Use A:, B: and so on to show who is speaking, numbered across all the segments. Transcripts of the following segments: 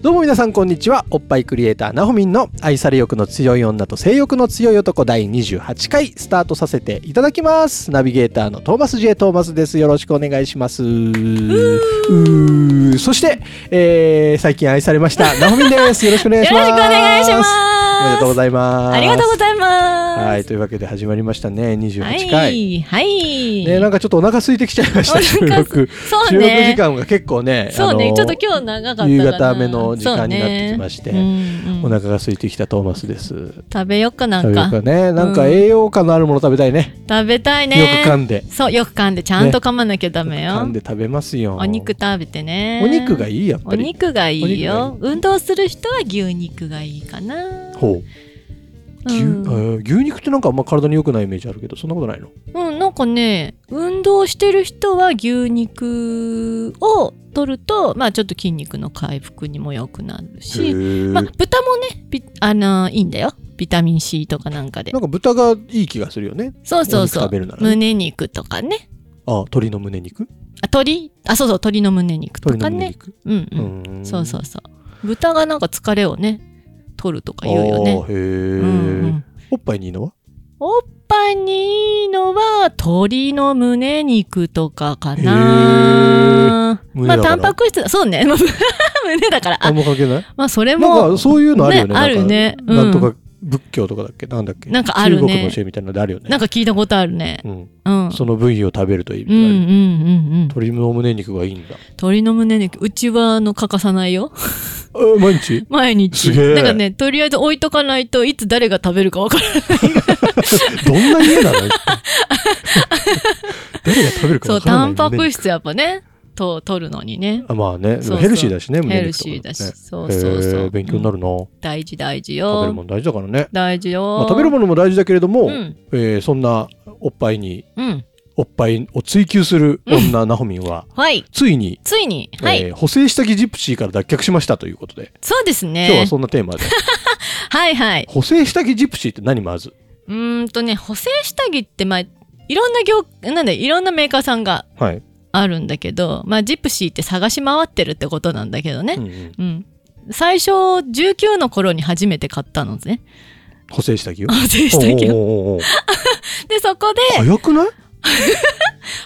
A: どうも皆さんこんにちはおっぱいクリエイターなほみんの愛され欲の強い女と性欲の強い男第28回スタートさせていただきますナビゲーターのトーマス J トーマスですよろしくお願いしますうーそして、えー、最近愛されましたなほみんですよろしくお願いし
B: よ
A: ま
B: ろ
A: す
B: しくお願いします。
A: おめでとうございます
B: ありがとうございます。
A: はいというわけで始まりましたね28回、
B: はい。
A: ね、なんかちょっとお腹空いてきちゃいました
B: お腹
A: 収録
B: そう
A: 収録時
B: ね。
A: 間が結構ね
B: そう
A: あ
B: ね。
A: の
B: ちょっと今日長かったかな。
A: 夕方目の時間になってきまして
B: そうねうんうん
A: お腹が空いてきたトーマスです。
B: 食べよっかな
A: 食
B: ん
A: べよ
B: か
A: うかね。なんか栄養価のあるもの食べたいね。
B: 食べたい
A: よく噛
B: ね。
A: んで。
B: そうよく噛んでちゃんと噛まなきゃダメ
A: よく噛
B: よ
A: ん。で食べますよ。
B: お肉食べてね。
A: お肉が
B: いい。
A: いいやっ
B: お
A: ぱり。
B: 肉がいい
A: お
B: よ
A: 肉。
B: 運動する人は牛肉がいいかな。
A: ほう。牛え
B: うん
A: ー牛肉ってなんかあんま体に良くないイメージあるけど、そんなことないの
B: うん、なんかね、運動してる人は牛肉を取ると、まあちょっと筋肉の回復にも良くなる
A: へ
B: し、
A: ー
B: まあ豚もね、ビあのーいいんだよ。ビタミン C とかなんかで
A: な。んか豚がいい気がするよね。
B: そうそうそ
A: お肉食。
B: う
A: べるならね
B: 胸肉とかね。
A: あ、鶏の胸肉
B: あ、鶏、あ、そうそう、鶏の胸肉と
A: 鶏
B: か
A: の胸
B: ね。
A: 肉。
B: うん
A: う
B: う
A: ー
B: ん。
A: ん
B: そうそうそう。豚がなんか疲れをね、取るとか言うよね
A: あ。ーへ
B: うんう
A: ー
B: ん
A: おっぱいにいいのは
B: おっぱいにいいのは鶏の胸肉とかか
A: へ
B: な。ま
A: 胸
B: あ
A: だから
B: タンパク質そうね 胸だから
A: あ
B: あ
A: んま関係ない
B: まあそれ
A: なん
B: も
A: かそういうのあるよね。
B: ねあるね
A: なんかなん
B: うん
A: とか仏教とかだっけなんだっけ
B: なんかあるね
A: 中国の教えみたいなのであるよね。
B: なんか聞いたことあるね。
A: うん。
B: うん。うん
A: その部位を食べるといいみ
B: う
A: たい
B: ん
A: な。
B: うんうんうん。
A: 鶏の胸肉がいいんだ。
B: 鶏の胸肉うちはあの欠かさないよ
A: え、毎日
B: 毎日。
A: すげえ
B: なんかねとりあえず置いとかないといつ誰が食べるかわからない。
A: どんな家 なの誰が食べるか
B: そう
A: わからな
B: タ
A: い
B: ン
A: ね。
B: パク質やっぱねと取るのにね
A: あまあね、でも
B: そうそう
A: ヘルシーだしね、胸
B: ヘル
A: 肉と
B: シ
A: かね
B: ーだし、そうそうそ
A: へ
B: う
A: ー。勉強にな
B: る。
A: るな。
B: 大事大事
A: 食べる
B: よ。
A: もの大事だからね。
B: 大事よ。
A: まあ、食べるものも大事だけれども、
B: うん
A: えーそんなおっぱいに、
B: うん。
A: おっぱいを追求する女、ナホミンは、
B: はい。
A: ついに、
B: ついに、はい。
A: えー補正下着ジプシーから脱却しましたということで、
B: そうですね。
A: 今日はそんなテー マで。
B: はいはい。
A: 補正下着ジプシーって何まず
B: うーんとね、補正下着って、まあ、いろんな業、なんだ、いろんなメーカーさんが
A: はい。
B: あるんだけど、まあ、ジプシーって探し回ってるってことなんだけど
A: う
B: ね。
A: んうん
B: うん。最初、19の頃に初めて買ったの ね。
A: 補正下着を
B: 補。正下着
A: お
B: を。
A: うおうおうおう
B: で、そこで、
A: 早くない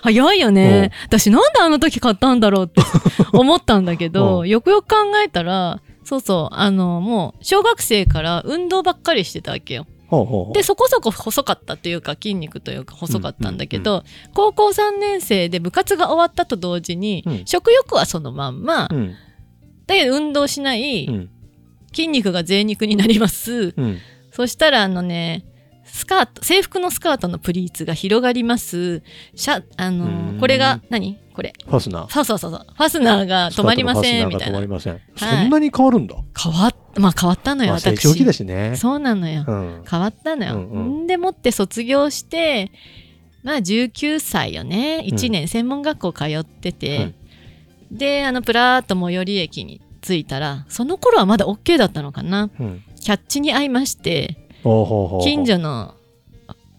B: 早いよね。私、なんであの時買ったんだろうって 思ったんだけ
A: う
B: ど、よくよく考えたら、そうそう、あの、もう、小学生から運動ばっかりしてたわけよ。
A: ほうほうほう
B: でそこそこ細かったというか筋肉というか細かったんだけど、高校3年生で部活が終わったと同時に、
A: うん
B: 食欲はそのまんま、
A: うん
B: だけど運動しない、
A: うん
B: 筋肉が贅肉になります
A: うん
B: そしたらあのねスカート制服のスカートのプリーツが広がりますシャあ
A: う
B: の
A: ん
B: これが何これ
A: ファスナー
B: そうそうそうそうファスナーが止まりませんみたいな
A: スカートのファスナーが止まり
B: 変
A: ません
B: はい
A: そんなに変わるんだ
B: わっまあ変わったのよ、
A: まあ成
B: 私
A: 長期だしね
B: そうなのよ、
A: うん
B: 変わったのよ。
A: うんうん
B: んでもって卒業してまあ19歳よね1年専門学校通ってて、であのプラーっと最寄り駅に着いたらその頃はまだ OK だったのかな
A: うん
B: キャッチに会いまして
A: ほうほうほう
B: 近所の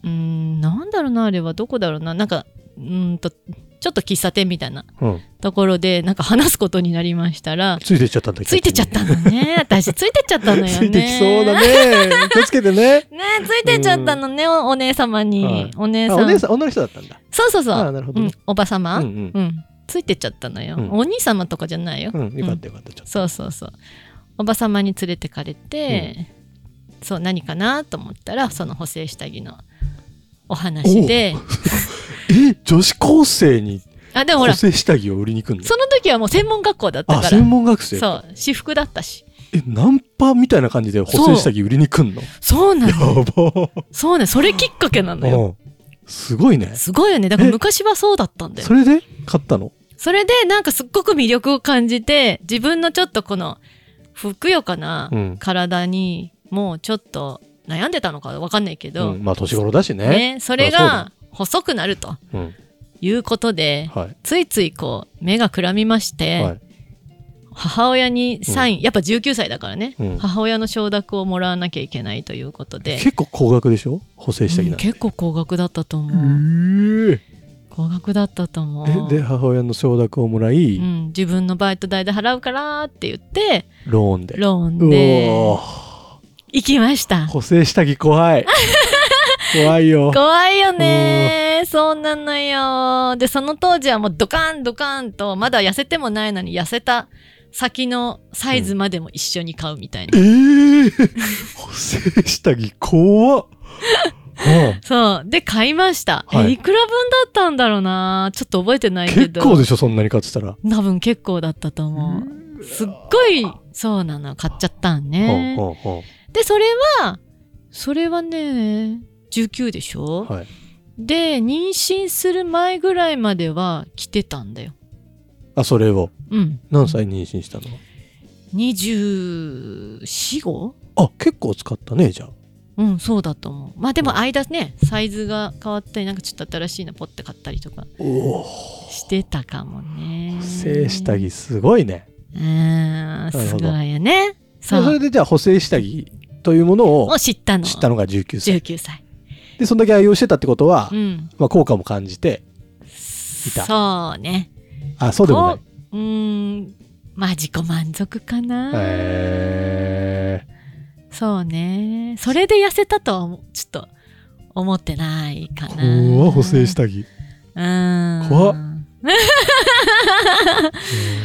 B: うーんなんだろうなあれはどこだろうななんかうーんとちょっと喫茶店みたいな
A: うん
B: ところでなんか話すことになりましたら
A: ついてっちゃったんだ
B: ついてっちゃったのね私ついてっちゃったのよ ね
A: ついてきそうだ ね気をつけてね
B: ねついてっちゃったのね、おお姉様に、
A: はい
B: お姉
A: あ
B: さん
A: お姉さん女の人だったんだ
B: そうそうそ
A: あ
B: う、
A: なるほ
B: う
A: ど
B: ん
A: ね、
B: おばさま、
A: う
B: うんん
A: うん
B: ついてっちゃったのよ、
A: うん
B: お兄様とかじゃないよ、
A: うんよかったよかったちょっと
B: そうそうそうおばさまに連れてかれて、そう何かなと思ったらその補正下着のお話で
A: え女子高生に
B: あでもほ
A: 補
B: らそ
A: 正下着を売りに行くんだ
B: の時はもう専門学校だった
A: あ
B: から
A: 専門学生
B: そう私服だったし
A: えナンパみたいな感じで補正下着売りに来んのや
B: そうなの
A: ば
B: そうねそれきっかけなのよ
A: うんすごいね
B: すごいよねだから昔はそうだったんだよ
A: それで買ったの
B: それでなんかすっごく魅力を感じて自分のちょっとこのふくよかな
A: うん
B: 体にもうちょっと悩んでたのかわかんないけ
A: う
B: ど、
A: ん、まあ年頃だしね
B: ね、それ
A: ま
B: が細くなると
A: うん、
B: いうことで、
A: はい、
B: ついついこう目がくらみまして、
A: はい
B: 母親にサイン、やっぱ19歳だからね、
A: うん
B: 母親の承諾をもらわなきゃいけないということで、
A: 結構高額でしょ補正したき
B: う
A: なんんて、
B: 結構高額だったと
A: え
B: 思う
A: ー
B: 高額だったと思う
A: えで母親の承諾をもらい、
B: うん、自分のバイト代で払うからって言って
A: ローンで
B: ローンで
A: うおー
B: 行きました
A: 補正下着怖い 怖いよ
B: 怖いよねそうなのよでその当時はもうドカンドカンとまだ痩せてもないのに痩せた先のサイズまでも一緒に買うみたいな、
A: えー、補正下着怖っ、は
B: そうで買いました、
A: はい
B: えいくら分だったんだろうなちょっと覚えてない
A: あ、
B: け
A: 結
B: ど
A: 構でしょそんなに買ってたら、
B: 多分結構だったと思うすっごいそうなの買っちゃったんね
A: ほんほん
B: でそれはそれはね19でし
A: ほ
B: ょ、
A: んはい、
B: で妊娠する前ぐらいまでは着てたんだよ
A: あそれを
B: うん
A: 何歳妊娠したの
B: 245?
A: あ結構使ったねじゃあ
B: うんそうだと思うまあで
A: う
B: も
A: ん
B: 間ねサイズが変わったりなんかちょっと新しいのポッて買ったりとか
A: おお
B: してたかもね
A: 補正下着すごいね
B: うー
A: る
B: んす
A: ほ
B: ご
A: ど
B: いよねそ
A: それ
B: う
A: でじゃあ補正下着というものを
B: を知ったの
A: 知ったのが19歳
B: 19歳
A: でそんだけ愛用してたってことは、
B: うん
A: まあ、効果も感じてた
B: そうね
A: あそうでもない
B: こううーんまあ自己満足かな、
A: へ
B: そうねそれで痩せたとは思うちょっと思ってないか
A: え
B: な
A: 怖っ補正下着
B: うーん
A: 怖っ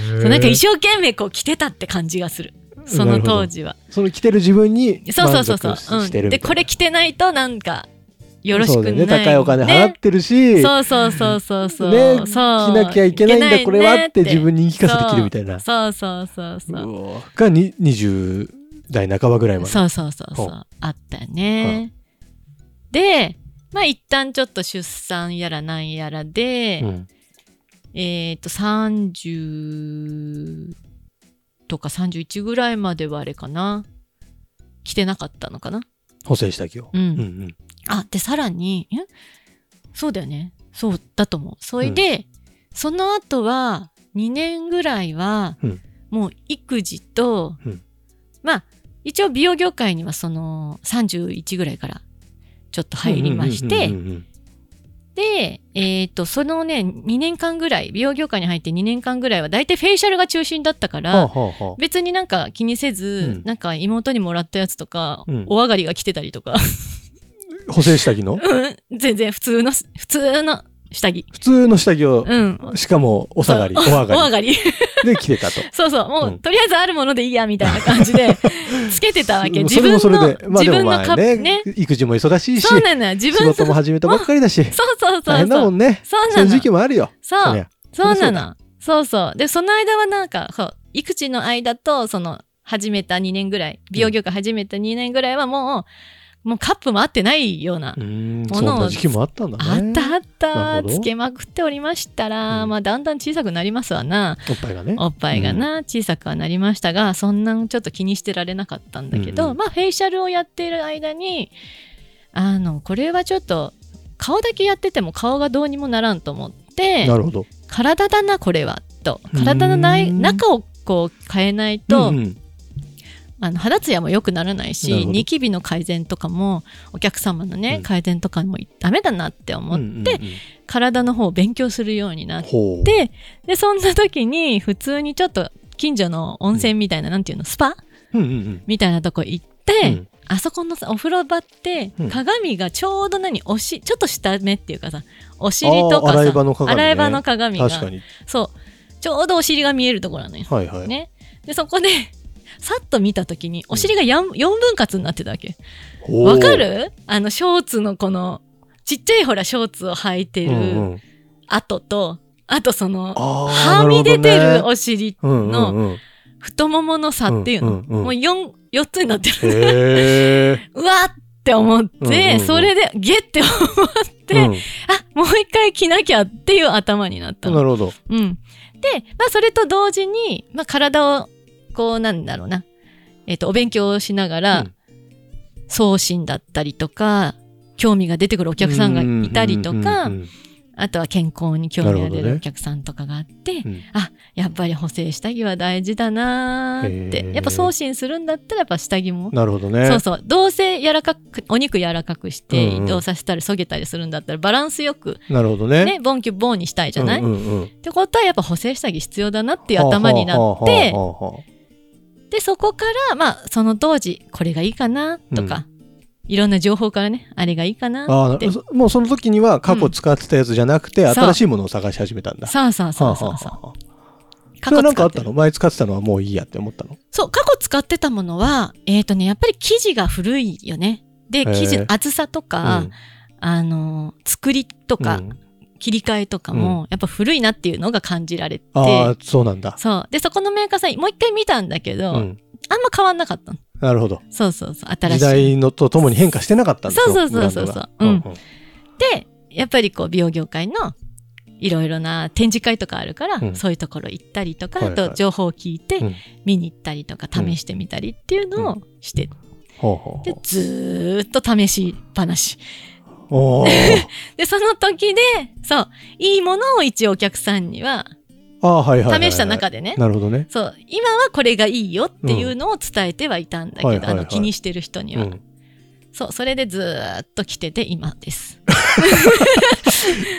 B: そうなんか一生懸命こう着てたって感じがするその当時は
A: その着てる自分に
B: そうそう
A: 満
B: そう
A: 足
B: そう、うん、
A: してるみたいな
B: でこれ着てないとなんかよろしくない、
A: そうだよね高いお金払ってるし、
B: ねそうそうそうそうそう,、
A: ね
B: そう
A: 着なきゃいけないんだこれはって自分に言い聞かせて着るみたいな
B: そうそうそうそう
A: うおがに20代半ばぐらいまで
B: そうそうそうそ
A: ほ
B: うあったね、でまあ一旦ちょっと出産やらなんやらで、
A: うん
B: えっ、と30とか31ぐらいまではあれかな着てなかったのかな
A: 補正した着を、
B: うん
A: うんうん
B: あでさらにんそうだよねそうだと思うそれで、その後は2年ぐらいは、
A: うん
B: もう育児と、
A: うん
B: まあ一応美容業界にはその31ぐらいからちょっと入りまして、
A: うんうんうんうん
B: で、えっ、と、そのね、2年間ぐらい、美容業界に入って2年間ぐらいは、大体フェイシャルが中心だったか
A: はあ
B: ら、
A: はあはあ
B: 別になんか気にせず、
A: うん
B: なんか妹にもらったやつとか、
A: うん
B: お上がりが来てたりとか、
A: 補正下着の
B: うん全然普通の、普通の下着。
A: 普通の下着を、
B: うん。
A: しかもお下がりお上
B: お
A: が
B: 上がり。
A: りで着てたと
B: そうそう。もう、
A: うん
B: とりあえずあるものでいいや、みたいな感じで、つけてたわけ。
A: そ
B: 自
A: それ
B: 分の、
A: もそれでまあで
B: 自
A: も
B: 分の
A: ま
B: カ
A: あ
B: ップ
A: ね
B: ね
A: 育児も忙しいし
B: そうなのよ。自
A: 仕
B: 分、
A: 事
B: そう
A: も始めたばっかりだし
B: そうそ
A: 大
B: うそう
A: 変だ
B: そ
A: も
B: う。
A: んね
B: そう
A: そう
B: な
A: いう
B: の
A: 時。期もあるよ
B: そう
A: そり。ゃ
B: そうな
A: そうだ
B: の。そうそう。で、その間はなんか、そう育児の間と、その、始めた2年ぐらい、美容業界始めた2年ぐらいはもう、もうカップも合ってないような
A: う。ーんそん
B: 物を
A: な時期もあったんだ
B: あ
A: ね
B: ったあっ
A: なるほ
B: た、
A: ど
B: つけまくっておりましたら、
A: うん
B: まあ、だんだん小さくなりますわな。
A: おっぱいがね
B: おっぱいがな、小さくはなりましたが、そんなんちょっと気にしてられなかったんだけ
A: うん
B: ど、
A: うん
B: まあ、フェイシャルをやっている間に、あの、これはちょっと、顔だけやってても顔がどうにもならんと思って、
A: なるほど
B: 体だなこれはと
A: うーん
B: 体のない中をこう変えないと、
A: うんうん
B: あの肌ツヤも良くならない
A: なる
B: し
A: ほど
B: ニキビの改善とかもお客様の
A: う
B: ね、
A: ん
B: 改善とかもダメだなって思
A: う
B: っ
A: ん
B: て、
A: うん
B: 体の方を勉強するようになっ
A: ほう
B: てでそんな時に普通にちょっと近所の温泉みたいな、なんていうのスパ
A: うんうんうん
B: みたいなとこ行って、
A: うん
B: あそこのさお風呂場って
A: うん
B: 鏡がちょうど何おしちょっと下目っていうかさお尻と
A: あー
B: かさ
A: 洗い場の鏡ね
B: 洗い場の鏡が
A: 確かに
B: そうちょうどお尻が見えるところなのよ。
A: はいはい
B: ね、でそこで さっと見た時にお尻がやん4分割になってたわけ
A: ほう
B: わかるあのショーツのこのちっちゃいほらショーツを履いて
A: うん
B: る
A: うん
B: 跡と、あとその
A: あー
B: はみ出て
A: な
B: る
A: ほ
B: お尻
A: どねうんうんうん
B: 太ももの差っていうの、
A: うんうんうん
B: もう 4, 4つになってる、
A: へえ
B: うわっって思って、
A: うんうんうん
B: それでゲって思って、
A: う
B: あ
A: ん
B: もう一回着なきゃっていう頭になったの
A: なるほど。
B: うん。で、まあ、それと同時に、まあ、体を、こう、なんだろうな。えっ、と、お勉強をしなが
A: う
B: ら
A: ん、
B: 送信だったりとか、興味が出てくるお客さんがいたりとか
A: うんう、ん
B: あとは健康に興味
A: な
B: が
A: るほ
B: 出
A: ど
B: る
A: ね
B: お客さんとかがあって、
A: うんうん
B: あ、やっぱり補正下着は大事だなーっ
A: へ
B: て。
A: ー
B: やっぱ送信するんだったら、やっぱ下着も。
A: なるほどね。
B: そうそう。どうせ柔らかく、お肉柔らかくして
A: うんうん
B: 移動させたり、そげたりするんだったら、バランスよく、
A: なるほどね。
B: ね、ボンキュッボンにしたいじゃない、
A: うんうんうん
B: ってことはやっぱ補正下着必要だなっていう頭になっ
A: は
B: て
A: あはあはあはあは
B: でそこからまあその当時これがいいかなとか、いろんな情報からねあれがいいかな
A: ああ
B: って
A: あもうその時には過去使ってたやつじゃなくて、
B: うん
A: 新しいものを探し始めたんだ。
B: そうそうそうそうそう
A: はあはあはあ
B: 過
A: それは
B: 去
A: なんか
B: 使
A: あ
B: っ
A: ってたの
B: る
A: 前使ってたのはもういいやって思ったの。
B: そう過去使ってたものはえっ、とねやっぱり生地が古いよねで
A: へー
B: 生地の厚さとか、
A: うん
B: あのー作りとか、
A: うん
B: 切り替えとかも、やっぱ古いなっていうのが感じられて
A: ああそうなんだ。
B: そうでそこのメーカーさんもう一回見たんだけど、
A: うん
B: あんま変わんなかったの
A: なるほど。
B: そうそうそう新しい
A: 時代のとともに変化してなかったんだ
B: そうそうそうそうそう
A: ブランドが
B: でやっぱりこう美容業界のいろいろな展示会とかあるから、
A: うん
B: そういうところ行ったりとか、
A: はいはい
B: あと情報を聞いて、
A: うん
B: 見に行ったりとか試してみたりっていうのをして、
A: ほうほう
B: でずーっと試しっぱなし
A: ほうお ー
B: でその時でそういいものを一応お客さんには
A: ああはいはいはいはい
B: 試した中でね、
A: なるほどね。
B: そう今はこれがいいよっていうのを伝えてはいたんだけど、
A: うんはいはいはい
B: あの気にしてる人に
A: う
B: は、
A: ん
B: そうそれでずーっと来てて今です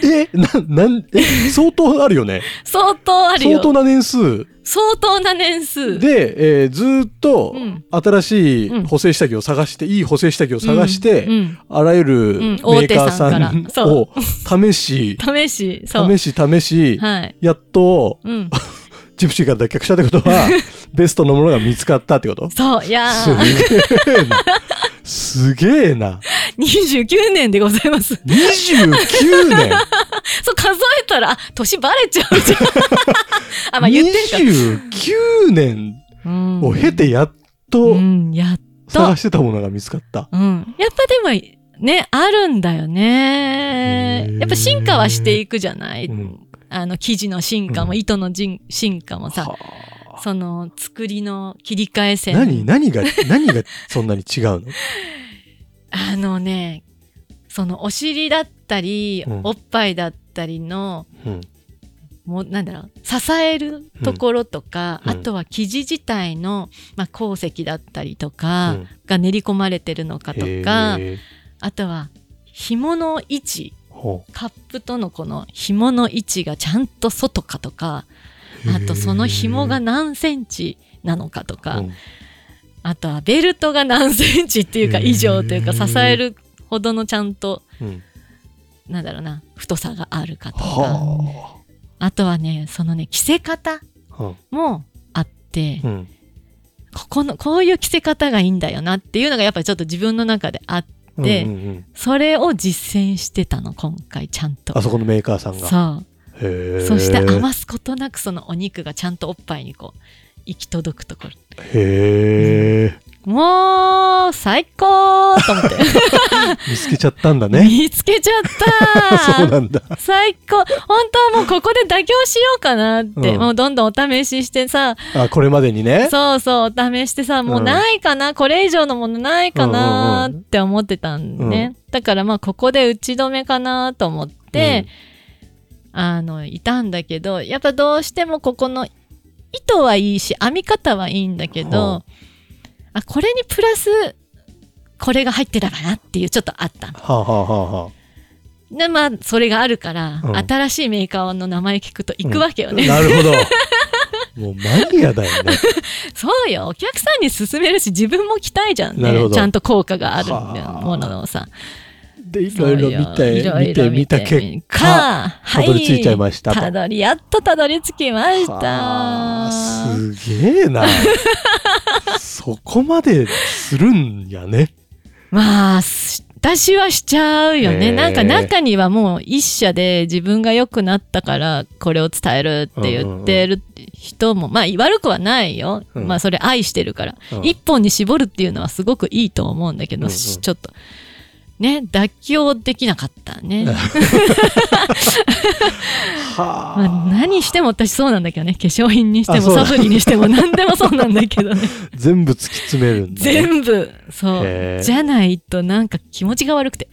A: えななんえ相当あるよね。
B: 相当ある
A: 相
B: よ
A: 当な年数
B: 相当な年数
A: で、えーずーっと
B: うん
A: 新し
B: う
A: い
B: ん
A: 補正下着を探して、いい補正下着を探して、
B: うんうん
A: あらゆる
B: ん
A: メーカーさん
B: 大手さんから
A: を試し、
B: 試し、そう。
A: 試し試し、
B: はい。
A: やっと
B: うん。
A: ジプシーから脱却したってこと はベストのものが見つかったってこと
B: そう、いや
A: す
B: ー、
A: げえな。すげえな。
B: 29年でございます。
A: 29 年
B: そう、数えたら、あ、年バレちゃうじゃん。 あ、まあ言ってんか。
A: !29 年
B: うん
A: を経てやっ
B: う
A: と
B: ん、やっと
A: 探。してたものが見つかった。
B: うん。やっぱでも、ね、あるんだよ
A: へ
B: ね
A: ー。
B: やっぱ進化はしていくじゃない、
A: うん
B: あの、生地の進化も、
A: うん
B: 糸のじん進化もさ、
A: はあ
B: その、作りの切り替え線。
A: 何何が、何がそんなに違うの
B: あのね、その、お尻だったり、
A: うん
B: おっぱいだったりの、
A: うん
B: もうなんだろう支えるところとか、
A: うん
B: あとは生地自体の、まあ、鉱石だったりと
A: う
B: か
A: ん
B: が練り込まれてるのかとか、
A: へえ
B: あとは紐の位置
A: ほ
B: カップとのこの紐の位置がちゃんと外かとか
A: う
B: あとその紐が
A: へ
B: 何センチなのかと
A: え
B: か、
A: うん
B: あとはベルトが何センチっていうか
A: へー
B: 以上というか支えるほどのちゃんと
A: うん
B: なんだろうな太さがあるかとか、
A: は
B: あとはねそのね着せ方
A: あうん
B: もあって。
A: うん
B: ここの、こういう着せ方がいいんだよなっていうのがやっぱりちょっと自分の中であって、で
A: うんうんうん
B: それを実践してたの、今回ちゃんと。
A: あそこのメーカーさんが
B: そう。
A: へえ
B: そして余すことなくそのお肉がちゃんとおっぱいにこう、行き届くところ。
A: へえ
B: もう、最高と思って。
A: 見つけちゃったんだね
B: 見つけちゃっ
A: そう
B: た
A: なんだ
B: 最高本当はもうここで妥協しようかなって、
A: うん
B: もうどんどんお試ししてさ、
A: あこれまでにね
B: そうそう、お試してさ、もうないかな、これ以上のものないかなーって思ってたんでね。だからまあ、ここで打ち止めかなと思って、あの、いたんだけど、やっぱどうしてもここの糸はいいし、編み方はいいんだけ
A: ほう
B: ど、あ、これにプラス、これが入ってればなっていうちょっとあったの。
A: はあはあはあは
B: で、まあ、それがあるから、
A: うん
B: 新しいメーカーの名前聞くと行くわけよ
A: あ
B: ね。
A: なるほどもうマニアだよ ね
B: そうよ、お客さんに勧めるし、自分も着たいじゃん
A: なるほ
B: ね。
A: ど
B: ちゃんと効果がある
A: はあ
B: ものをさ。
A: でいろいろ見
B: そうよ
A: て見てみた結果
B: かはい
A: たどり着いちゃいましたと
B: たどり、やっとたどり着きまし
A: はあ
B: た。
A: すげえ なそこまでするんやね
B: まあ、し私はしちゃうよ
A: へ
B: ね。
A: ー
B: なんか中にはもう一社で自分が良くなったからこれを伝えるって言ってる人も、まあ悪くはないよ。
A: うん
B: まあそれ愛してるから。
A: うん
B: 一本に絞るっていうのはすごくいいと思うんだけど、
A: うんうん
B: しちょっと。ね、妥協できなかったね。
A: は
B: まあ
A: あ、
B: 何しても私そうなんだけどね。化粧品にして
A: あそ
B: も
A: うだ
B: サプリ にしても何でもそうなんだけどね。
A: 全部突き詰めるんだ、ね、
B: 全部、そ
A: へー
B: う。じゃないとなんか気持ちが悪くて、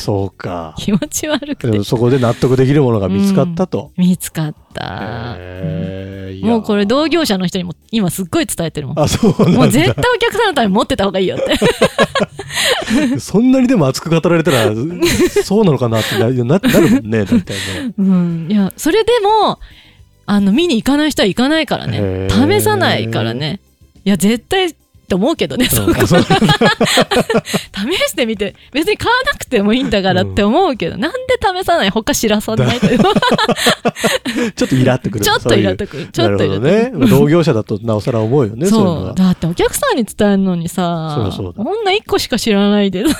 A: そうか
B: 気持ち悪く
A: で
B: て
A: もそこで納得できるものが見つかったと、
B: 見つかった。
A: へえいや
B: もうこれ同業者の人にも今すっごい伝えてるもん。
A: あそうなんだ
B: もう絶対お客さんのために持ってた方がいいよって。
A: そんなにでも熱く語られたらそうなのかなってなななるもんね大体ね
B: うん。いや、それでも、あの、見に行かない人は行かないから
A: へ
B: ね。
A: ー
B: 試さないからね。いや、絶対って思うけどね、そこ
A: うんあそうなんだ
B: 試してみて、別に買わなくてもいいんだからって思うけど、なんで試さない他知らさないという。
A: ちょっとイラってくる
B: ちょっとイラっとくる。ちょっとイラっとく
A: なるほどね同業者だとなおさら思うよねそういうの
B: そう
A: は。
B: だってお客さんに伝えるのに
A: そり
B: さ
A: ゃ、そうだ
B: 女一個しか知らないで、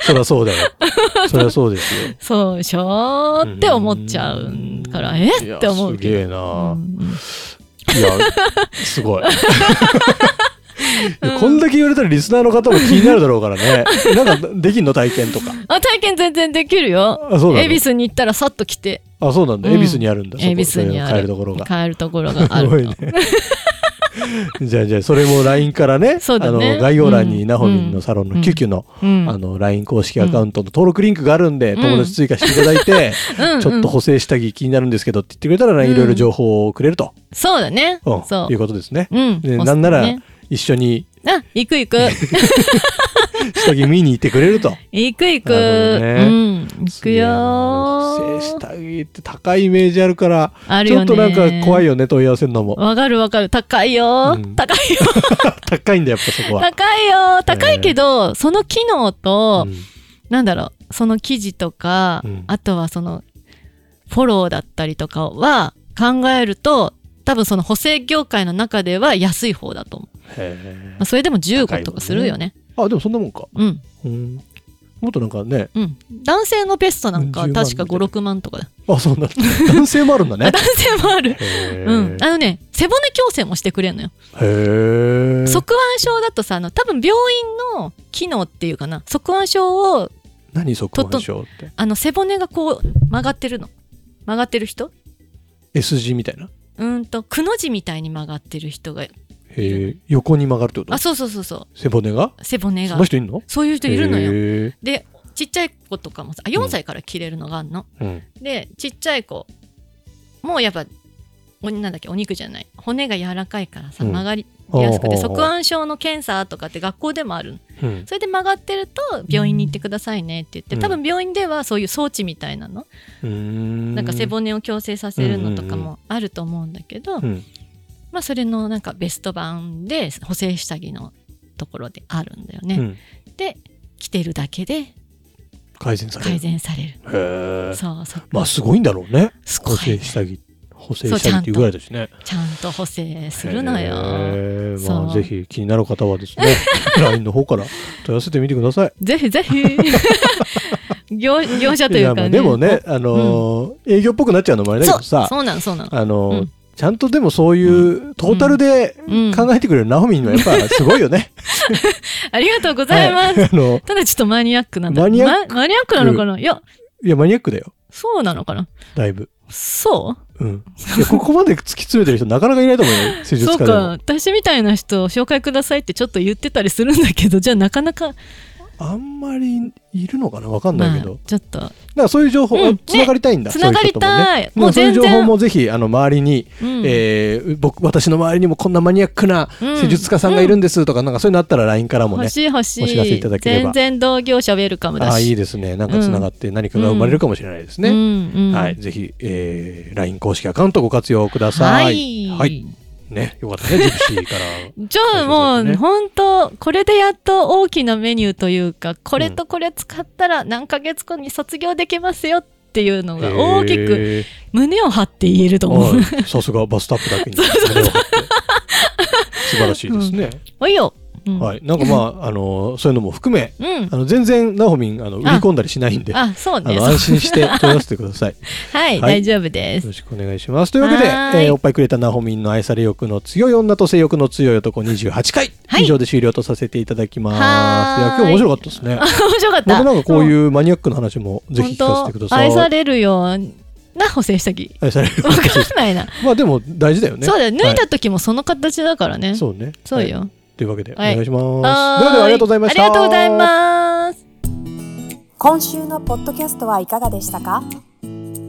A: そりゃそうだよそりゃそうですよ
B: そうでしょー って思っちゃうから、え
A: いや
B: って思う
A: すげ
B: け
A: えな、
B: ど。うん
A: いやすごいいやこんだけ言われたらリスナーの方も気になるだろうから ねなんかできんの体験とか
B: あ体験全然できるよ。
A: あそうな
B: 恵比
A: の
B: 寿に行ったらさっと来て、
A: あそうなんだ
B: うん
A: 恵比寿にあるんだ、そこ
B: 恵比寿にあ
A: そういうの買え
B: る
A: るところが
B: 帰るところがあ
A: す
B: る
A: ごい
B: の
A: ね。じゃあじゃあそれも LINE からね
B: そうだね
A: あの概要欄
B: う
A: に
B: ん
A: なほみんのサロン
B: う
A: の
B: ん
A: キュキュの,、
B: うん
A: あの LINE 公式アカウントの登録リンクがあるんで、
B: うん
A: 友達追加していただいて、
B: うん
A: ちょっと
B: うん
A: 補正下着気になるんですけどって言ってくれたら、
B: うん
A: いろいろ情報をくれると、
B: そうだね。
A: うん
B: そ
A: いうことですね。
B: う。うん。
A: で
B: お
A: なんなら
B: ね
A: 一緒に
B: あ、行く行 く。
A: 下着見に行ってくれると。
B: 行く行く。
A: なるほどね
B: うん。行くよ
A: 補正
B: ー。
A: 下着って高いイメージあるから、
B: ある
A: ち
B: よ
A: ょっ
B: ね。
A: となんか怖いよね問い合わせるの も。
B: わかるわかる。高いよ、
A: うん
B: 高いよ。
A: 高いんだやっぱそこは。
B: 高いよ。高いけど、その機能と、
A: うん
B: なんだろう、その記事とか、
A: うん
B: あとはその、フォローだったりとかは考えると、多分その補正業界の中では安い方だと思う。
A: へ
B: まあ、それでも15とかするよね。
A: ーあでもそんなもんか。
B: うん。
A: うんもっとなんかね、
B: うん。男性のベストなん
A: 10
B: か
A: 万
B: 確か5、6万とかだ。
A: あ、そうなんだ。男性もあるんだ
B: あ
A: ね。
B: 男性もある。
A: へ
B: う
A: ー
B: ん。あのね、背骨矯正もしてくれんのよ。
A: へえ。
B: 側腕症だとさ、あの、多分病院の機能っていうかな、側腕症を
A: 何側腕症って。
B: あの背骨がこう曲がってるの曲がってる人
A: S 字みたいな。
B: うーんとくの字みたいに曲がってる人が
A: へえ。横に曲がるってこと
B: あそうそうそうそ
A: 背骨が
B: う背骨
A: そ
B: が
A: の人いんの
B: そういう人いるのよ
A: よ。
B: でちっちゃい子とかもさあ4歳から切れるのがあんの、
A: うん。
B: でちっちゃい子もうやっぱおなんだっけお肉じゃない骨が柔らかいからさ
A: うん
B: 曲がりやすく
A: ほ
B: て
A: うほうほう
B: 側腕症の検査とかって学校でもあるの
A: うん
B: それで曲がってると病院に行ってくださいねって言って、
A: うん
B: 多分病院ではそういう装置みたいなの
A: うーん。
B: なんか背骨を矯正させるのとかもあると思うんだけど、
A: うん。
B: まあそれのなんかベスト版で補正下着のところであるんだよね、
A: うん
B: で着てるだけで
A: 改善され
B: 改
A: る。
B: 善される、
A: へえ。
B: そうそう
A: まあすごいんだろうね。
B: すご
A: 補
B: い
A: 正下着。補正下着っていうぐらいだしね。
B: ちゃんと補正するのよ
A: へーまあ、
B: そ
A: ぜ
B: う
A: ひ気になる方は ですね、LINE の方から問い合わせてみてください。
B: ぜひ ぜひ業業者 と
A: い
B: い
A: や
B: う
A: ま
B: か
A: あ
B: ね
A: でもね、あのー営業っぽくなっちゃうのもあれだけ
B: そ
A: ど
B: う
A: さ、
B: そうなのそうなの
A: あのー
B: うん
A: ちゃんとでもそういうトータルで
B: うん
A: 考えてくれるナオミンはやっぱすごいよね。
B: ありがとうございます、
A: あの
B: ただちょっとマニアックなんだ
A: マニアッ
B: クマニアックなのかないや
A: いやマニアックだよ
B: そうなのかな
A: だいぶ。
B: そう
A: うん、いやここまで突き詰めてる人なかなかいないと思うよ施術
B: そう
A: 家で
B: か
A: も。
B: 私みたいな人を紹介くださいってちょっと言ってたりするんだけどじゃあなかなか
A: あんまりいるのかなわかん
B: ま
A: ない
B: あ
A: けど。
B: ちょっと、
A: だからそういう情報、
B: うんね
A: つながりたいんだ。
B: つながりたい
A: そういう人ともね、もうそういう
B: もう全然
A: 情報もぜひあの周りに、
B: うん
A: えー僕私の周りにもこんなマニアックな
B: うん
A: 施術家さんがいるんですとか、なんかそういうのあったら LINE からもね
B: 欲しい欲しい
A: お知らせいただければ
B: 全然同業者ウェルカムだし
A: ああいいですねなんかつながって何かが生まれるかもしれないですね、
B: うんうん
A: はいぜひ、えー、LINE 公式アカウントご活用ください
B: はい、
A: はいねよかったねジプシーから
B: じゃあも
A: そうですね
B: う本当これでやっと大きなメニューというかこれとこれ使ったら何ヶ月後に卒業できますよっていうのが大きく
A: へー
B: 胸を張って言えると思う。
A: はいさすがバストアップだけに素晴らしいですね、
B: おいようん
A: はい、なんかまあ、あのそういうのも含め、
B: うん
A: あの全然ナホミンあの売り込んだりしないんで、あ
B: あそうね
A: の
B: そう
A: 安心して問い合わせてくだ さい。よ
B: はい、
A: はい
B: 大丈夫です
A: ろしくお願いします。というわけで、え
B: はーい
A: ーおっぱいくれたナホミンの愛され欲の強い女と性欲の強い男28回、
B: はい
A: 以上で終了とさせていただきます。い
B: は
A: や、
B: ーい
A: 今日面白かったですね。
B: あ面白かっ
A: ま
B: た
A: たなんかこういうマニアックな話もぜひ聞かせてください。
B: 本当愛されるような補正下 着
A: 愛される
B: わかんないな、
A: まあでも大事だよね。
B: そうだよ脱い
A: は
B: だ時もその形だからね、
A: い
B: そう
A: そうね。
B: よ、
A: はい。というわけで、お
B: はい
A: 願いします。で
B: はー
A: はではありがとうございました。
B: ありがとうございます
C: 今週のポッドキャストはいかがでしたか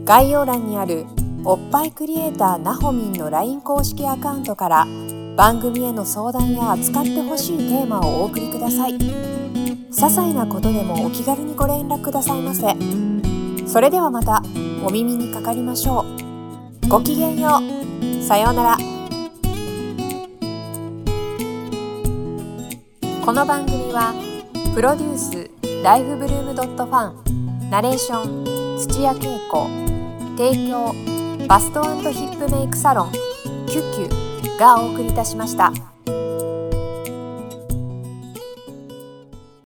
C: 概要欄にあるおっぱいクリエイターなほみんの LINE 公式アカウントから番組への相談や扱ってほしいテーマをお送りください些細なことでもお気軽にご連絡くださいませそれではまたお耳にかかりましょうごきげんようさようならこの番組は「プロデュースライフブルームドットファンナレーション土屋恵子提供バストヒップメイクサロン「キュキュ」がお送りいたしました。